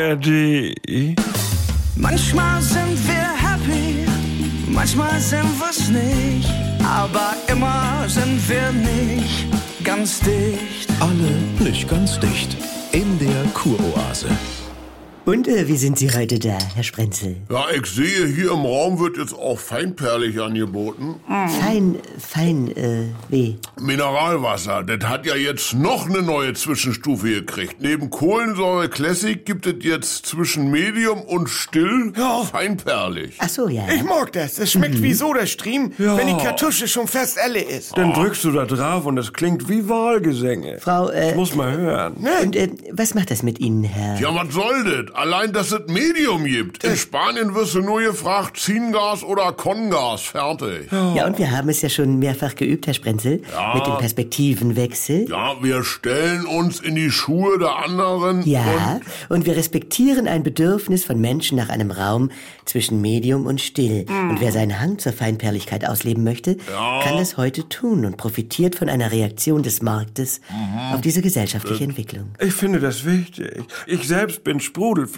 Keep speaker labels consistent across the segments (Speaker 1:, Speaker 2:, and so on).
Speaker 1: ARD.
Speaker 2: Manchmal sind wir happy, manchmal sind wir's nicht, aber immer sind wir nicht ganz dicht.
Speaker 3: Alle nicht ganz dicht. In der Kuroase.
Speaker 4: Und äh, wie sind Sie heute da, Herr Sprenzel?
Speaker 5: Ja, ich sehe, hier im Raum wird jetzt auch feinperlig angeboten.
Speaker 4: Fein, fein, äh, wie?
Speaker 5: Mineralwasser, das hat ja jetzt noch eine neue Zwischenstufe gekriegt. Neben Kohlensäure Classic gibt es jetzt zwischen Medium und Still
Speaker 6: Ja.
Speaker 5: feinperlig.
Speaker 4: Ach so, ja.
Speaker 6: Ich mag das. Es schmeckt wie Sodastream,
Speaker 1: Mhm. Ja.
Speaker 6: wenn die Kartusche schon fast alle ist.
Speaker 1: Dann drückst du da drauf und es klingt wie Wahlgesänge.
Speaker 4: Frau, äh,
Speaker 1: Ich muss mal hören.
Speaker 4: und äh, was macht das mit Ihnen, Herr?
Speaker 5: Ja, was soll das? Allein, dass es Medium gibt.
Speaker 4: Äh.
Speaker 5: In Spanien wirst du nur gefragt, Zingas oder Kongas, fertig.
Speaker 4: Ja, und wir haben es ja schon mehrfach geübt, Herr Sprenzel, mit dem Perspektivenwechsel.
Speaker 5: Ja, wir stellen uns in die Schuhe der anderen
Speaker 4: Ja,
Speaker 5: und
Speaker 4: und wir respektieren ein Bedürfnis von Menschen nach einem Raum zwischen Medium und Still. Und wer seinen Hang zur Feinperligkeit ausleben möchte, kann das heute tun und profitiert von einer Reaktion des Marktes auf diese gesellschaftliche Entwicklung.
Speaker 1: Ich finde das wichtig. Ich selbst bin Sprudelfluid.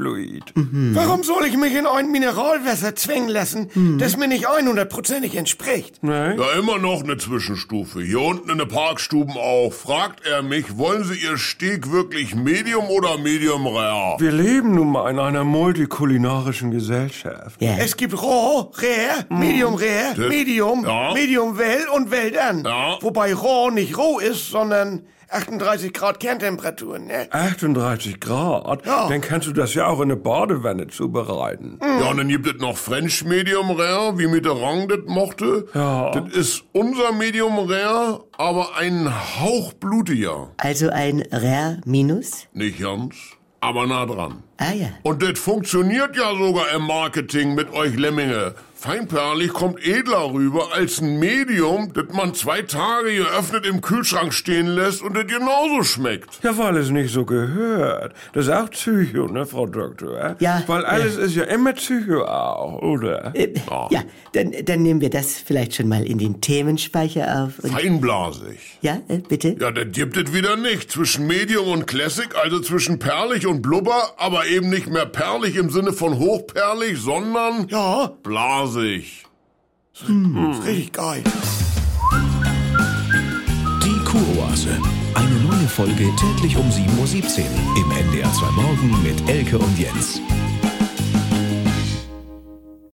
Speaker 6: Mhm. Warum soll ich mich in ein Mineralwasser zwängen lassen,
Speaker 1: Mhm.
Speaker 6: das mir nicht 100%ig entspricht?
Speaker 1: Ne?
Speaker 5: Ja, immer noch eine Zwischenstufe. Hier unten in der Parkstuben auch. Fragt er mich, wollen Sie Ihr Steak wirklich Medium oder Medium Rare?
Speaker 1: Wir leben nun mal in einer multikulinarischen Gesellschaft. Hm.
Speaker 4: Ja.
Speaker 6: Es gibt Raw, Rare, Medium Rare, Medium,
Speaker 5: Ja.
Speaker 6: Medium Well und Well Done.
Speaker 5: Ja.
Speaker 6: Wobei Raw nicht roh ist, sondern 38 Grad Kerntemperatur, ne?
Speaker 1: 38 Grad.
Speaker 6: Ja. Hm.
Speaker 1: Dann kannst du das ja auch in eine Badewanne zubereiten.
Speaker 5: Ja, und dann gibt es noch French Medium Rare, wie Mitterrand das mochte.
Speaker 1: Ja.
Speaker 5: Das ist unser Medium Rare, aber ein Hauch blutiger.
Speaker 4: Also ein Rare Minus?
Speaker 5: Nicht ganz, aber nah dran.
Speaker 4: Ah ja.
Speaker 5: Und das funktioniert ja sogar im Marketing mit euch Lemminge. Feinperlig kommt edler rüber als ein Medium, das man zwei Tage geöffnet im Kühlschrank stehen lässt und das genauso schmeckt.
Speaker 1: Ja, weil es nicht so gehört. Das ist auch Psycho, ne, Frau Doktor?
Speaker 4: Ja,
Speaker 1: Weil alles ist ja immer Psycho auch, oder?
Speaker 4: Äh, Ja, dann, dann nehmen wir das vielleicht schon mal in den Themenspeicher auf. Und,
Speaker 5: Feinblasig.
Speaker 4: ja, äh, bitte?
Speaker 5: Ja, das gibt es wieder nicht. Zwischen Medium und Classic, also zwischen perlig und blubber, aber eben nicht mehr perlig im Sinne von hochperlig, sondern
Speaker 6: Ja, Hm,
Speaker 5: blasig.
Speaker 6: ist richtig geil.
Speaker 3: Die Kuroase. Eine neue Folge täglich um 7.17 Uhr. Im NDR 2 Morgen mit Elke und Jens.